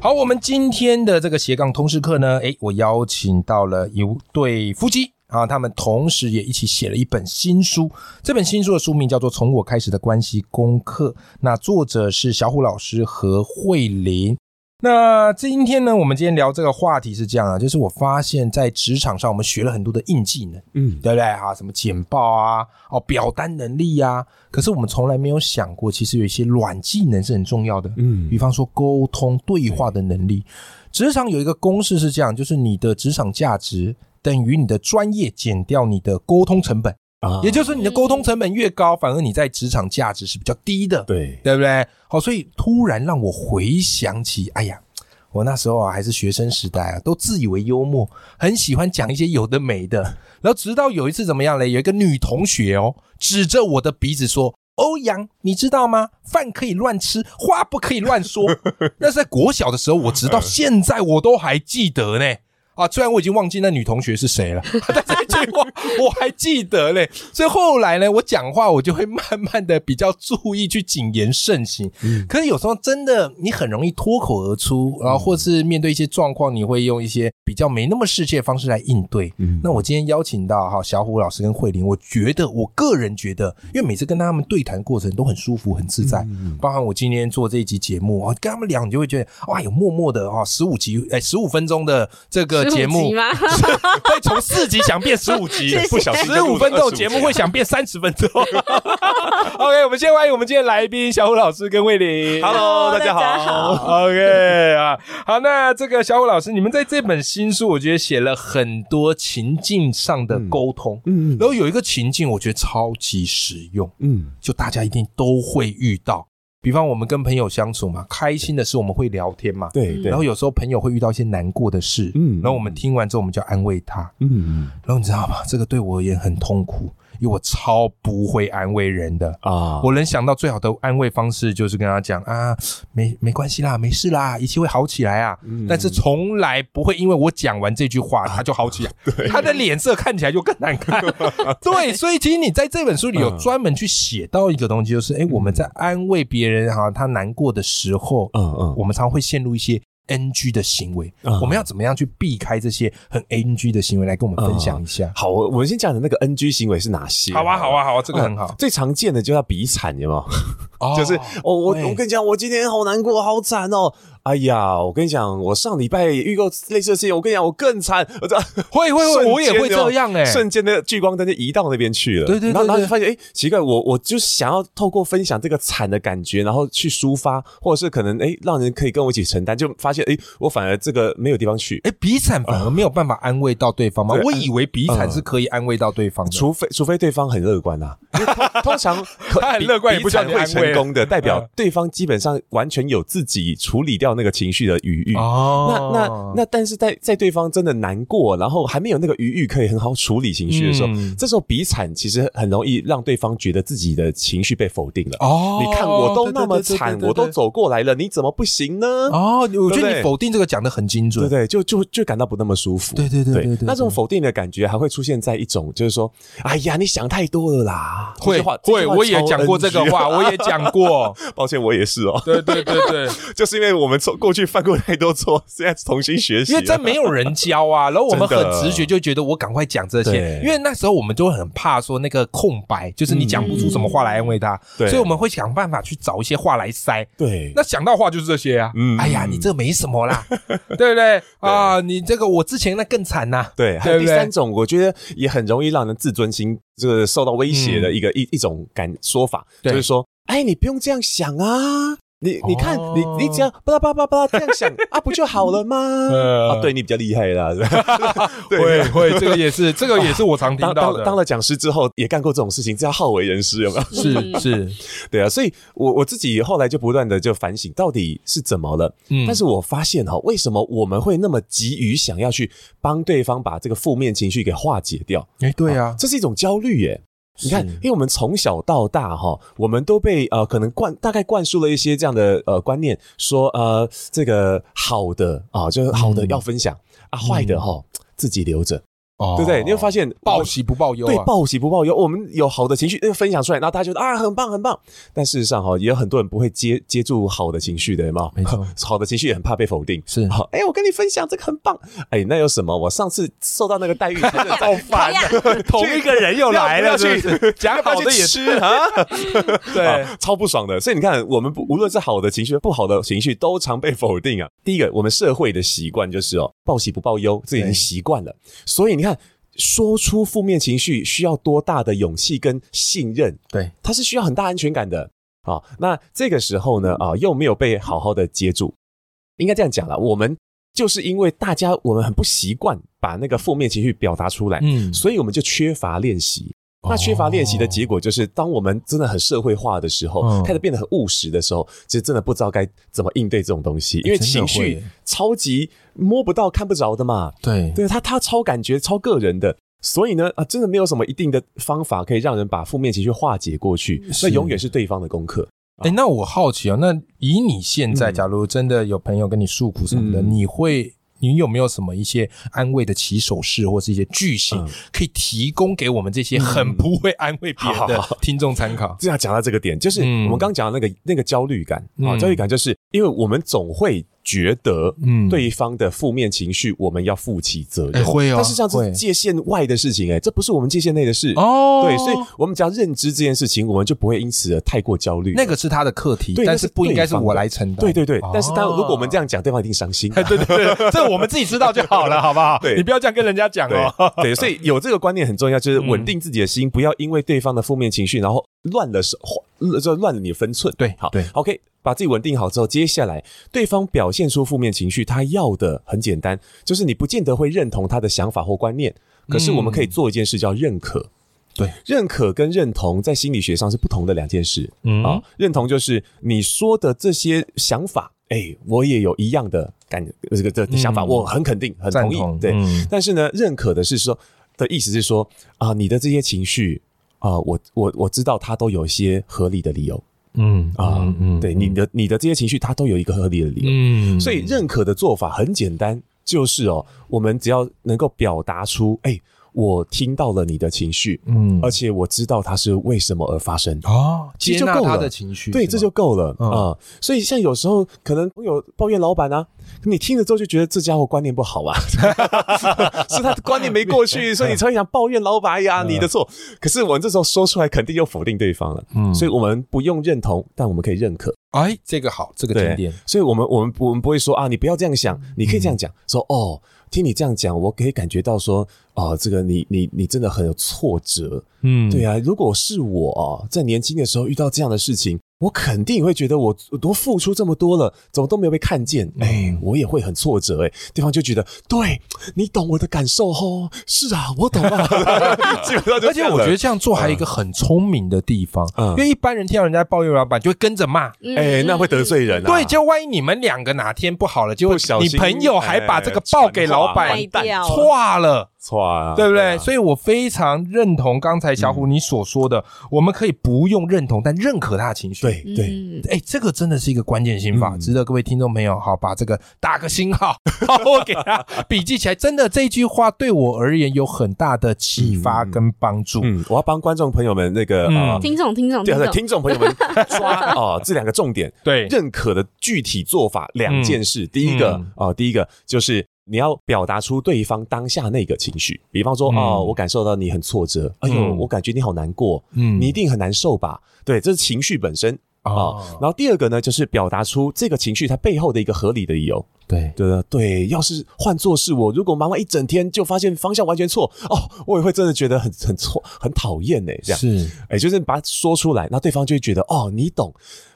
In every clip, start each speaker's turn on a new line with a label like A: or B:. A: 好，我们今天的这个斜杠通识课呢，诶，我邀请到了一对夫妻啊，他们同时也一起写了一本新书，这本新书的书名叫做《从我开始的关系功课》，那作者是小虎老师和慧玲。那今天呢，我们今天聊这个话题是这样啊，就是我发现在职场上，我们学了很多的硬技能。
B: 嗯，
A: 对不对啊？什么简报啊，哦，表单能力啊，可是我们从来没有想过，其实有一些软技能是很重要的。
B: 嗯
A: 比方说沟通对话的能力。职场有一个公式是这样，就是你的职场价值等于你的专业减掉你的沟通成本，
B: 啊
A: 也就是说，你的沟通成本越高，反而你在职场价值是比较低的。
B: 对，
A: 对不对？好，所以突然让我回想起，哎呀，我那时候啊还是学生时代啊，都自以为幽默，很喜欢讲一些有的没的。然后直到有一次怎么样嘞？有一个女同学哦，指着我的鼻子说：“欧阳，你知道吗？饭可以乱吃，话不可以乱说。”那是在国小的时候，我直到现在我都还记得呢。啊，虽然我已经忘记那女同学是谁了， 但是这句话我还记得嘞。所以后来呢，我讲话我就会慢慢的比较注意去谨言慎行。可是有时候真的你很容易脱口而出，然后或是面对一些状况，你会用一些比较没那么世界的方式来应对。
B: 嗯
A: 那我今天邀请到哈小虎老师跟慧玲，我觉得我个人觉得，因为每次跟他们对谈过程都很舒服、很自在，包含我今天做这一集节目啊，跟他们聊，你就会觉得哇，有默默的哈十五集哎十五分钟的这个
C: 15
A: 节 目
C: 集吗
A: 会从四集想变十五集
C: 谢谢，
A: 不小心十五分钟的节目会想变三十分钟。OK，我们先欢迎我们今天来宾小虎老师跟魏玲。
B: Hello，大家
C: 大家
B: 好，
A: OK 啊，好，那这个小虎老师，你们在这本新书，我觉得写了很多情境上的沟通，
B: 嗯
A: 然后有一个情境，我觉得超级实用，
B: 嗯
A: 就大家一定都会遇到。比方我们跟朋友相处嘛，开心的事我们会聊天嘛，
B: 对对，
A: 然后有时候朋友会遇到一些难过的事，
B: 嗯
A: 然后我们听完之后，我们就安慰他，
B: 嗯
A: 然后你知道吗？这个对我也很痛苦，因为我超不会安慰人的。
B: 啊，
A: 我能想到最好的安慰方式就是跟他讲啊，没没关系啦，没事啦，一切会好起来啊。
B: 嗯啊
A: 但是从来不会因为我讲完这句话他就好起来， 他的脸色看起来就更难看。对，所以其实你在这本书里有
B: 嗯
A: 专门去写到一个东西，就是哎、诶我们在安慰别人哈、他难过的时候，
B: 嗯嗯
A: 我们常会陷入一些 NG 的行为，
B: 嗯
A: 我们要怎么样去避开这些很 NG 的行为？来跟我们分享一下。
B: 好，我我们先讲的那个 NG 行为是哪些？
A: 好啊，好啊，好啊，这
B: 嗯，
A: 个很好，
B: 最常见的就要比惨，有没有？
A: 哦
B: 就是我我
A: 对
B: 我跟你讲，我今天好难过，好惨哦！哎呀，我跟你讲，我上礼拜也遇过类似的事情，我跟你讲，我更惨，我这
A: 会会
B: 瞬
A: 会，
B: 间哦
A: 我也会这样哎、
B: 瞬间的聚光灯就移到那边去了。
A: 对对对
B: 然后然后
A: 对
B: 就发现，哎，奇怪，我我就想要透过分享这个惨的感觉，然后去抒发，或者是可能哎，让人可以跟我一起承担，就发现哎，我反而这个没有地方去。
A: 哎，比惨反而没有办法安慰到对方吗？
B: 对
A: 我以为比惨
B: 嗯
A: 是可以安慰到对方的。
B: 除非除非对方很乐观呐、因为通通常
A: 他很乐观也不
B: 比惨
A: 叫你安
B: 会
A: 慰
B: 成功的，代表
A: 嗯
B: 对方基本上完全有自己处理掉那个情绪的余裕。那那
A: 哦，
B: 那，但是在在对方真的难过，然后还没有那个余裕可以很好处理情绪的时候，
A: 嗯
B: 这时候比惨其实很容易让对方觉得自己的情绪被否定了。
A: 哦，
B: 你看我都那么
A: 对对对
B: 惨，
A: 对对
B: 我都
A: 对
B: 走过来了，你怎么不行呢？
A: 哦，我觉
B: 对不
A: 得你
B: 对
A: 否定这个讲的很精
B: 对
A: 准。
B: 对，就就就感到不那么舒服。
A: 对对对对对对
B: 那这种否定的感觉还会出现在一种，就是说，哎呀，你想太多了啦。这
A: 会
B: 句话
A: 会，我也讲过这个
B: 啊
A: 话，，我也 讲过。
B: 这句超 NG 抱歉，我也是哦，
A: 对对对对，
B: 就是因为我们从过去犯过太多错，现在重新学习
A: 因
B: 了，
A: 为真没有人教啊，然后我们很
B: 真的
A: 直觉就觉得我赶快讲这些
B: 对，
A: 因为那时候我们就会很怕说那个空白，就是你讲不出什么话来安慰他，
B: 嗯对
A: 所以我们会想办法去找一些话来塞。
B: 对，
A: 那想到话就是这些啊，
B: 嗯
A: 哎呀，你这没什么 啦，对不对啊？你这个我之前那更惨呐，
B: 对，还
A: 对
B: 有
A: 不
B: 第
A: 对
B: 三种，我觉得也很容易让人自尊心这个受到威胁的一个、一一种感说法，
A: 嗯对
B: 就是说，哎，你不用这样想啊，你你看
A: 哦
B: 你你只要巴拉巴拉巴拉这样 想啊，不就好了吗？
A: 呃
B: 啊，对你比较厉害啦。
A: 会会，这个也是，这个也是我常听
B: 当
A: 到
B: 当
A: 的。
B: 当了讲师之后，也干过这种事情，这叫好为人师，有没 有？
A: 是是，
B: 对啊，所以我我自己后来就不断的就反省，到底是怎么了？
A: 嗯
B: 但是我发现哈、为什么我们会那么急于想要去帮对方把这个负面情绪给化解掉？
A: 哎，对啊，
B: 这是一种焦虑耶。你看
A: 是，
B: 因为我们从小到大哈，我们都被呃可能灌大概灌输了一些这样的呃观念，说呃这个好的啊，就是好的
A: 嗯
B: 要分享、啊，坏的哈自己留着，
A: 哦
B: 对不对？你会发现
A: 报喜不报忧
B: 对
A: 啊，
B: 报喜不报忧，我们有好的情绪那个分享出来，然后大家觉得啊很棒很棒，但事实上哈，也有很多人不会接接住好的情绪的，有没有？
A: 没错
B: 好的情绪也很怕被否定。
A: 是
B: 好，哎、我跟你分享这个很棒，哎、那有什么？我上次受到那个 待遇，好
C: 讨厌，
A: 同一个人又来了，
B: 要不要去
A: 是不是讲好的也是
B: 吃 啊，
A: 对，
B: 啊超不爽的。所以你看，我们不无论是好的情绪、不好的情绪，都常被否定啊。第一个，我们社会的习惯就是哦，报喜不报忧，这已经习惯了。所以你看，说出负面情绪需要多大的勇气跟信任？
A: 对，
B: 它是需要很大安全感的啊、那这个时候呢，啊，又没有被好好的接住，应该这样讲了，我们。就是因为大家我们很不习惯把那个负面情绪表达出来，
A: 嗯
B: 所以我们就缺乏练习。
A: 哦
B: 那缺乏练习的结果就是，当我们真的很社会化的时候，
A: 嗯
B: 开始变得很务实的时候，其实真的不知道该怎么应对这种东西，因为
A: 哎真的
B: 情
A: 会
B: 绪
A: 耶
B: 超级摸不到、看不着的嘛。
A: 对
B: 对他，他超感觉、超个人的。所以呢，啊，真的没有什么一定的方法可以让人把负面情绪化解过去，
A: 是
B: 那永远是对方的功课。
A: 哎、那我好奇哦，那以你现在，
B: 嗯
A: 假如真的有朋友跟你诉苦什么的，
B: 嗯
A: 你会，你有没有什么一些安慰的起手式，或是一些句型，
B: 嗯
A: 可以提供给我们这些很不会安慰别人
B: 好
A: 的
B: 好好
A: 听众参考？
B: 这样讲到这个点，就是
A: 嗯
B: 我们刚讲的那个那个焦虑感啊，
A: 嗯
B: 焦虑感就是因为我们总会觉得，
A: 嗯
B: 嗯，对方的负面情绪我们要负起责
A: 哎
B: 任，
A: 会哦
B: 但是这样
A: 会
B: 是界限外的事情，哎，这不是我们界限内的事。
A: 哦
B: 对，所以我们只要认知这件事情，我们就不会因此而太过焦虑。
A: 那个是他的课题，
B: 对
A: 但
B: 那
A: 是
B: 是
A: 不应该是
B: 对方
A: 我
B: 的
A: 来承担。
B: 对对对
A: 哦，
B: 但是当如果我们这样讲，对方一定伤心。
A: 对对对，这我们自己知道就好 了，好不好？
B: 对
A: 你不要这样跟人家讲哦。
B: 对，所以有这个观念很重要，就是
A: 嗯
B: 稳定自己的心，不要因为对方的负面情绪，然后乱了手，乱就乱了你的分寸。
A: 对
B: 好，
A: 对
B: ，OK，把自己稳定好之后，接下来对方表现出负面情绪，他要的很简单，就是你不见得会认同他的想法或观念，可是我们可以做一件事叫认可。
A: 嗯对，
B: 认可跟认同在心理学上是不同的两件事。
A: 嗯
B: 啊，认同就是你说的这些想法，哎、我也有一样的感觉，这个这个想法，
A: 嗯
B: 我很肯定，很
A: 赞
B: 同意。
A: 同
B: 对，
A: 嗯
B: 但是呢，认可的是说的意思是说啊、你的这些情绪啊、我我我知道它都有一些合理的理由
A: 嗯
B: 啊，对你的你的这些情绪，它都有一个合理的理由。
A: 嗯
B: 所以认可的做法很简单，就是哦，我们只要能够表达出，哎、我听到了你的情绪，
A: 嗯
B: 而且我知道它是为什么而发生。
A: 哦，接
B: 其实就
A: 纳
B: 够
A: 他
B: 了
A: 的情绪，
B: 对，
A: 是
B: 这
A: 吗
B: 就够了
A: 嗯
B: 啊、所以像有时候可能有抱怨老板啊，你听了之后就觉得这家伙观念不好啊， 是他的观念没过去，
A: 嗯
B: 所以你才会想抱怨老板哎呀，你的错。可是我们这时候说出来，肯定又否定对方了。
A: 嗯
B: 所以我们不用认同，但我们可以认可。
A: 哎，这个好，这个经典
B: 对，所以我们我们我们不会说啊，你不要这样想，
A: 嗯
B: 你可以这样讲，说哦，听你这样讲，我可以感觉到说，哦、这个你你你真的很有挫折，
A: 嗯
B: 对啊，如果是我、哦、在年轻的时候遇到这样的事情，我肯定会觉得我我都付出这么多了，怎么都没有被看见，哎、
A: 嗯
B: 我也会很挫折、哎，对方就觉得对你懂我的感受哦，是啊，我懂 啊，基本上就
A: 而且我觉得这样做还有一个很聪明的地方，
B: 嗯
A: 因为一般人听到人家抱怨老板就会跟着骂。
C: 嗯
B: 哎、那会得罪人啊，
A: 对，就万一你们两个哪天不好了，结果
B: 不小
A: 你
B: 心哎
A: 朋友还把这个报给老板
C: 哎，卖掉了
A: 错了，
B: 错啊，
A: 对不对？
B: 啊嗯
A: 所以我非常认同刚才小虎你所说的，我们可以不用认同，但认可他的情绪。
B: 对，对。
C: 嗯
A: 哎，这个真的是一个关键心法，
B: 嗯
A: 值得各位听众朋友好把这个打个星号， 好我给他笔记起来。真的这句话对我而言有很大的启发跟帮助。
B: 嗯，我要帮观众朋友们那个
A: 嗯
B: 啊，
C: 听众听众
B: 对
C: 听
B: 啊，对
C: 众，
B: 听众朋友们抓 哦这两个重点，
A: 嗯对
B: 认可的具体做法两件事。第一个
A: 嗯
B: 哦，第一个就是。你要表达出对方当下那个情绪，比方说，
A: 嗯
B: 哦，我感受到你很挫折，哎呦，
A: 嗯
B: 我感觉你好难过，
A: 嗯
B: 你一定很难受吧？对，这是情绪本身啊、
A: 哦
B: 然后第二个呢，就是表达出这个情绪它背后的一个合理的理由，
A: 对，
B: 对对对，要是换做是我，如果忙了一整天就发现方向完全错，哦，我也会真的觉得很很错，很讨厌呢、这样
A: 是
B: 哎，就是把它说出来，那对方就会觉得哦，你懂。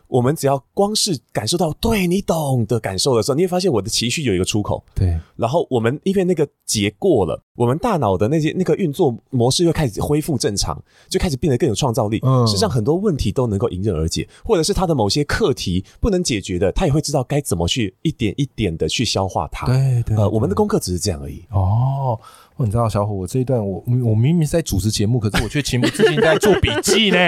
B: 我们只要光是感受到对你懂的感受的时候，你会发现我的情绪有一个出口，
A: 对，
B: 然后我们因为那个节过了，我们大脑的那些那个运作模式又开始恢复正常，就开始变得更有创造力。
A: 嗯
B: 事实上，很多问题都能够迎刃而解，或者是他的某些课题不能解决的，他也会知道该怎么去一点一点的去消化它。
A: 对对
B: 呃，我们的功课只是这样而已。
A: 哦。哇你知道，小伙，我这一段我我明明是在主持节目，可是我却情不自禁在做笔记呢。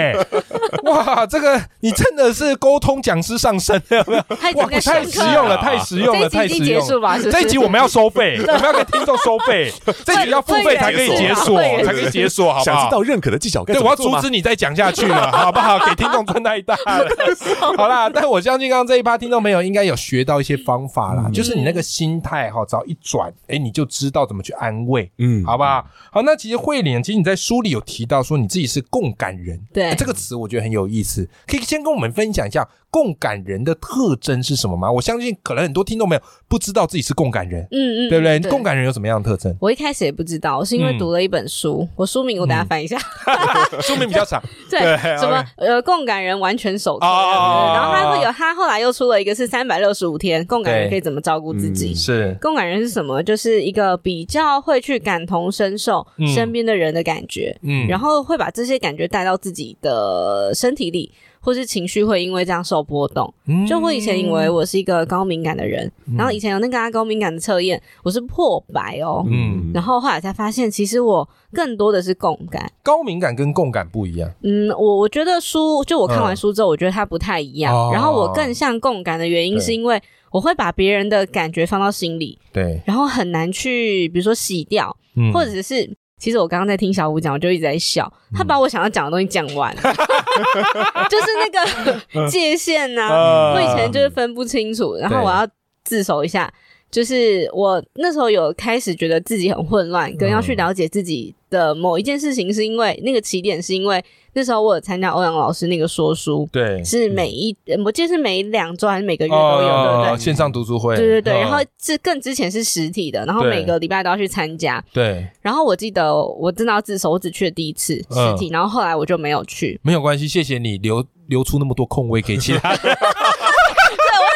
A: 哇，这个你真的是沟通讲师上身，有没有？
C: 太
A: 哇，太
C: 在上
A: 实
C: 课
A: 用了，太实用了，
C: 这
A: 太
C: 一集已
A: 实
C: 经
A: 用
C: 结束
A: 了。
C: 吧？是不是
A: 这一集我们要收 费，我们要给听众收费，这一集要付费才可以解锁
C: 会员，制
A: 才可哦以解锁，好不
B: 想
A: 好
B: 知？道认可的技巧该
A: 对，
B: 怎
A: 我
B: 么
A: 要
B: 做
A: 阻
B: 吗
A: 止？你再讲下去了， 好不好？给听众穿 太大了。好啦，但我相信刚刚这一趴听众朋友应该有学到一些方法
B: 嗯
A: 啦，就是你那个心态哈，只要一转，哎，你就知道怎么去安慰，
B: 嗯
A: 好不好？好，那其实慧玲，其实你在书里有提到说你自己是共感人，
C: 对
A: 哎这个词我觉得很有意思，可以先跟我们分享一下共感人的特征是什么吗？我相信可能很多听众朋友不知道自己是共感人，
C: 嗯嗯，
A: 对不对？
C: 对？
A: 共感人有什么样的特征
C: 我一开始也不知道，是因为
A: 嗯
C: 读了一本书，我书名我等下翻一下，
A: 说明比较少，
C: 对
A: 嗯对，
C: 什么
A: OK
C: 呃共感人完全手册，
A: 哦哦哦哦
C: 然后他会有他后来又出了一个是三百六十五天共感人
A: 对
C: 可以怎么照顾自己
B: 嗯。
A: 是
C: 共感人是什么？就是一个比较会去感同身受
A: 嗯
C: 身边的人的感觉，
A: 嗯
C: 然后会把这些感觉带到自己的身体里，或是情绪会因为这样受波动。
A: 嗯
C: 就我以前以为我是一个高敏感的人，然后以前有那个啊高敏感的测验，我是破百哦。
A: 嗯
C: 然后后来才发现，其实我更多的是共感。
A: 高敏感跟共感不一样。
C: 嗯，我我觉得书，就我看完
A: 嗯
C: 书之后，我觉得它不太一样。
A: 哦
C: 然后我更像共感的原因，
A: 对
C: 是因为我会把别人的感觉放到心里，
A: 对，
C: 然后很难去，比如说洗掉，
A: 嗯
C: 或者是。其实我刚刚在听小五讲，我就一直在笑，他把我想要讲的东西讲完， 就是那
A: 嗯
C: 个界限呐、
A: 呃
B: 啊
C: 我以前就是分不清楚，然后
A: 对
C: 我要自首一下，就是我那时候有开始觉得自己很混乱，跟要去了解自己的某一件事情，是因为那个起点是因为那时候我有参加欧阳老师那个说书，
A: 对
C: 是每一呃我记得是每两周还是每个月都有，对不对？
A: 哦线上读书会，
C: 对对对，
A: 嗯
C: 然后这更之前是实体的，然后
A: 对
C: 每个礼拜都要去参加。
A: 对，。
C: 然后我记得我真的要自首，我只去了第一次实体，然后后来我就没有去
A: 没有关系，谢谢你留留出那么多空位给其他。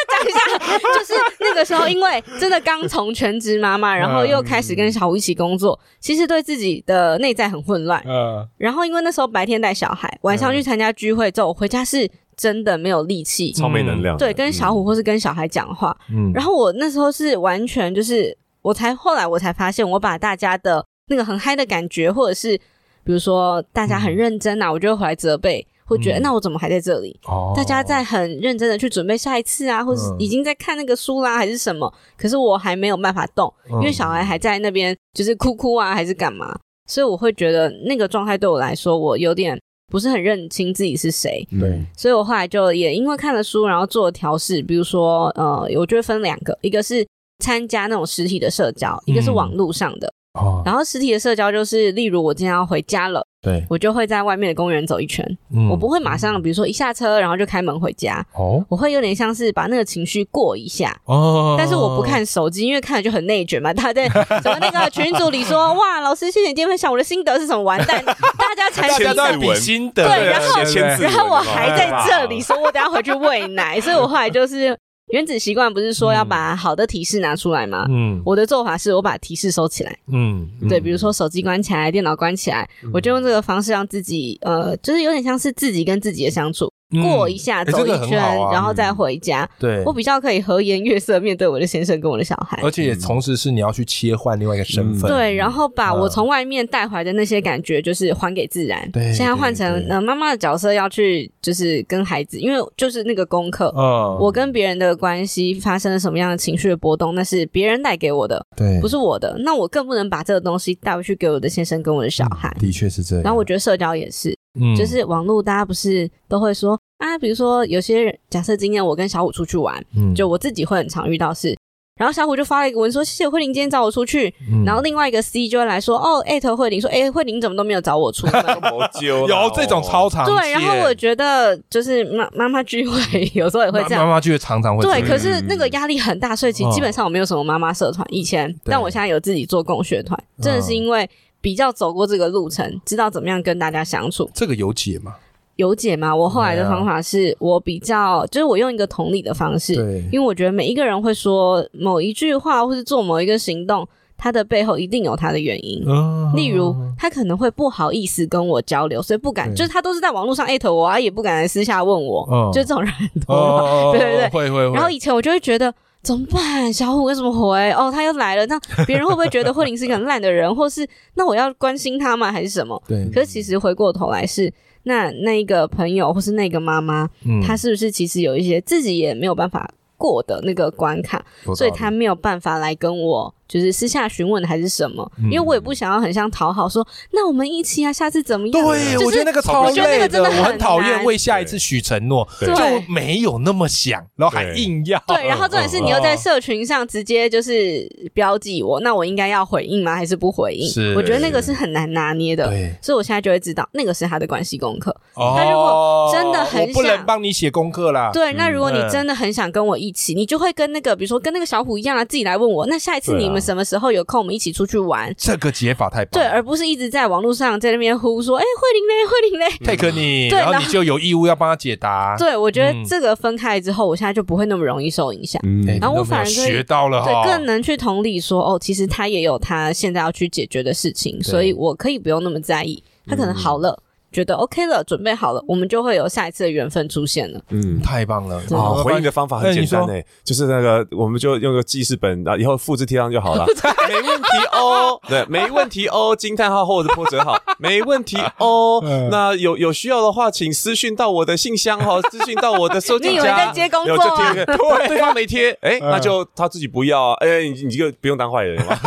C: 讲一下，就是那个时候，因为真的刚从全职妈妈，然后又开始跟小吴一起工作，其实对自己的内在很混 乱。
A: 嗯，
C: 然后因为那时候白天带小孩，晚上去参加聚会之后，我回家是真的没有力气。
B: 超没能量的。
C: 嗯对，跟小虎或是跟小孩讲话，
A: 嗯
C: 然后我那时候是完全就是，我才后来我才发现，我把大家的那个很嗨的感觉，或者是比如说大家很认真啊，我就会回来责备，会觉得、
A: 嗯
C: 那我怎么还在这里？
A: 哦
C: 大家在很认真的去准备下一次啊，或是
A: 嗯
C: 已经在看那个书啦，还是什么，可是我还没有办法动，
A: 嗯
C: 因为小孩还在那边就是哭哭啊，还是干嘛，所以我会觉得那个状态对我来说，我有点不是很认清自己是谁。
B: 对，
C: 所以我后来就也因为看了书，然后做了调试。比如说，呃，我就会分两个，一个是参加那种实体的社交，一个是网络上的。
A: 哦，
C: 然后实体的社交就是，例如我今天要回家了，
A: 对，
C: 我就会在外面的公园走一圈，
A: 嗯
C: 我不会马上，比如说一下车然后就开门回家，
A: 哦
C: 我会有点像是把那个情绪过一下。
A: 哦
C: 但是我不，看手机，因为看了就很内卷嘛。他在什么那个群组里说，哇，老师谢谢你今天分享我的心得是什么？完蛋，大家才
A: 大家
C: 欣
A: 都
C: 赏
A: 在比心得，
C: 对然后
A: 对对对
C: 然后我还在这里，说我等一下回去喂奶，所以我后来就是原子习惯不是说要把好的提示拿出来吗？
A: 嗯
C: 我的做法是我把提示收起来，
A: 嗯
C: 对，比如说手机关起来，电脑关起来，我就用这个方式让自己，呃，就是有点像是自己跟自己的相处，
A: 嗯
C: 过一下
A: 哎
C: 走
A: 这个
C: 一
A: 很
C: 圈
A: 好啊，
C: 然后再回家，
A: 对
C: 我，比较可以和颜悦色面对我的先生跟我的小孩
A: 而。且也同时是你要去切换另外一个身份，
C: 对，然后把
A: 嗯
C: 我从外面带回来的那些感觉，就是还给自然。
A: 对
C: 现在
A: 对
C: 换成
A: 对
C: 呃妈妈的角色要去，就是跟孩子，因为就是那个功课，
A: 嗯，
C: 我跟别人的关系发生了什么样的情绪的波动，那是别人带给我的，
A: 对
C: 不是我的。那我更不能把这个东西带回去给我的先生跟我的小孩。
A: 的确是这样，
C: 然后我觉得社交也是，
A: 嗯
C: 就是网络大家不是都会说啊，比如说有些人，假设今天我跟小五出去玩，
A: 嗯
C: 就我自己会很常遇到事。然后小虎就发了一个文说：“谢谢慧玲今天找我出去。
A: 嗯
C: 然后另外一个 C 就会来说：“哦，艾特慧玲说，哎，慧玲怎么都没有找我 出门？”
A: 有这种超长
C: 对，然后
A: 线
C: 我觉得就是妈妈妈聚会有时候也会这样
A: 妈，嗯妈就会常常会嗯
C: 对，
A: 这样
C: 可是那个压力很大，所以其实
A: 嗯
C: 基本上我没有什么妈妈社团。以前，但我现在有自己做共学团，
A: 哦
C: 真的是因为比较走过这个路程，知道怎么样跟大家相处。
A: 这个有解吗？
C: 有解嘛。我后来的方法是我比较，就是我用一个同理的方式，
A: 对
C: 因为我觉得每一个人会说某一句话或是做某一个行动，他的背后一定有他的原因。
A: 嗯
C: 例如，他可能会不好意思跟我交流，所以不敢，就是他都是在网络上艾特我啊，也不敢来私下问我，
A: 嗯
C: 就这种人很多嘛。
A: 哦，
C: 对对对
A: 会会会。
C: 然后以前我就会觉得怎么办？小虎为什么回？哦，他又来了，那别人会不会觉得慧玲是一个很烂的人， 或是那我要关心他吗？还是什么？
A: 对，
C: 可是其实回过头来是，那那一个朋友或是那个妈妈，
A: 嗯
C: 她是不是其实有一些自己也没有办法过的那个关卡，所以她没有办法来跟我就是私下询问还是什么？
A: 嗯
C: 因为我也不想要很像讨好说，那我们一起啊，下次怎么样？
A: 对，
C: 就是
A: 我觉得那个超
B: 我
C: 觉得那
A: 累
C: 个真的
A: 我很
C: 很
A: 讨厌
C: 难
A: 为下一次许承诺，
B: 对
A: 就没有那么想，然后还
B: 对
A: 硬要。
C: 对，然后重点是你又在社群上直接就是标记我，那我应该要回应吗？还是不回应？
A: 是
C: 我觉得那个是很难拿捏的，
A: 对，
C: 所以我现在就会知道那个是他的关系功课。
A: 哦，
C: 他如果真的很
A: 我不能
C: 想
A: 帮你写功课啦。
C: 对，那如果你
A: 嗯
C: 真的很想跟我一起，你就会跟那个，比如说跟那个小虎一样啊，自己来问我。那下一次
B: 对啊
C: 你们什么时候有空，我们一起出去玩？
A: 这个解法太棒
C: 对，
A: 了。
C: 而不是一直在网络上在那边呼说，哎、慧玲嘞，慧玲
B: 嗯
C: 嘞。
A: take 你，
C: 对
A: 然后
C: 然
A: 你
C: 后
A: 就有义务要帮他解答。
C: 对，我觉得
A: 嗯
C: 这个分开之后，我现在就不会那么容易受影响。
B: 嗯
A: 哎，
C: 然后我
A: 你都没有
C: 反而可以
A: 学到了哈，
C: 对，更能去同理说，哦，其实他也有他现在要去解决的事情，所以我可以不用那么在意。他
A: 嗯
C: 可能好了，觉得 OK 了，准备好了，我们就会有下一次的缘分出现了。
B: 嗯。
A: 太棒了。
C: 对
B: 哦，回应的方
A: 哎
B: 法很简单诶、就是那个，我们就用个记事本，啊，以后复制贴上就好了，没问题哦。对，没问题哦，惊叹号或者波折号，没问题哦
A: 嗯。
B: 那有有需要的话，请私讯到我的信箱哦，私讯到我的收件
C: 你以
B: 夹。
C: 为在接工作
B: 有就贴
C: 啊
B: 一个，对，对方没贴，哎、那就他自己不要啊，哎、你你就不用当坏人了嘛，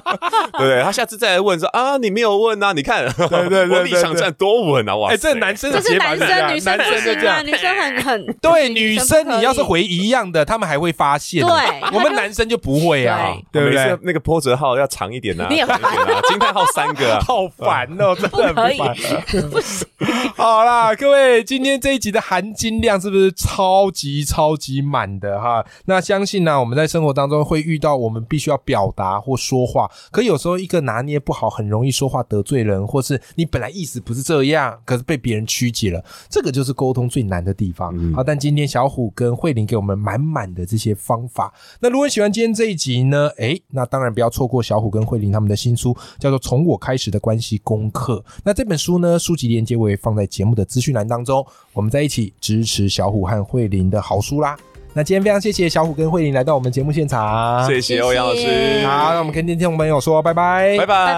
B: 对不对？他下次再来问说啊，你没有问啊，你看，对
A: 对对
B: 我立场站多稳啊，哇塞，
A: 哎，这男生的
C: 这是
A: 解法
C: 男
A: 是这样
C: 生，女生
A: 男
C: 不
A: 生就这
C: 行啊，
A: 样。
C: 女生 很很
A: 对
C: 不行
A: 女
C: 生
A: 生
C: 不可，以
A: 你要是回一样的，他们还会发现。
C: 对
A: 我们男生就不会啊，对不
B: 哦每
A: 对。
B: 次？那个波折号要长一点呐、啊，
C: 你也
B: 长一点啊，惊叹号三个、 啊
A: 好烦哦，真的很
C: 嗯可以
A: 烦。好啦，各位，今天这一集的含金量是不是超级超级满的哈？那相信呢、我们在生活当中会遇到我们必须要表达或说话，可有时候一个拿捏不好，很容易说话得罪人，或是你本来意思不是这样，可是被别人曲解了，这个就是沟通最难的地方。
C: 嗯
A: 好，但今天小虎跟慧玲给我们满满的这些方法。那如果你喜欢今天这一集呢，诶，那当然不要错过小虎跟慧玲他们的新书，叫做《从我开始的关系功课》。那这本书呢，书籍链接我也放在节目的资讯栏当中，我们在一起支持小虎和慧玲的好书啦。那今天非常谢谢小虎跟慧玲来到我们节目现场，
B: 谢谢欧阳老
C: 谢谢
B: 师，
A: 好，那我们跟听众朋友说拜拜，
B: 拜拜
C: 拜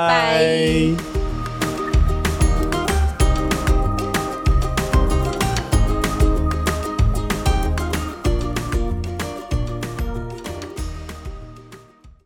C: 拜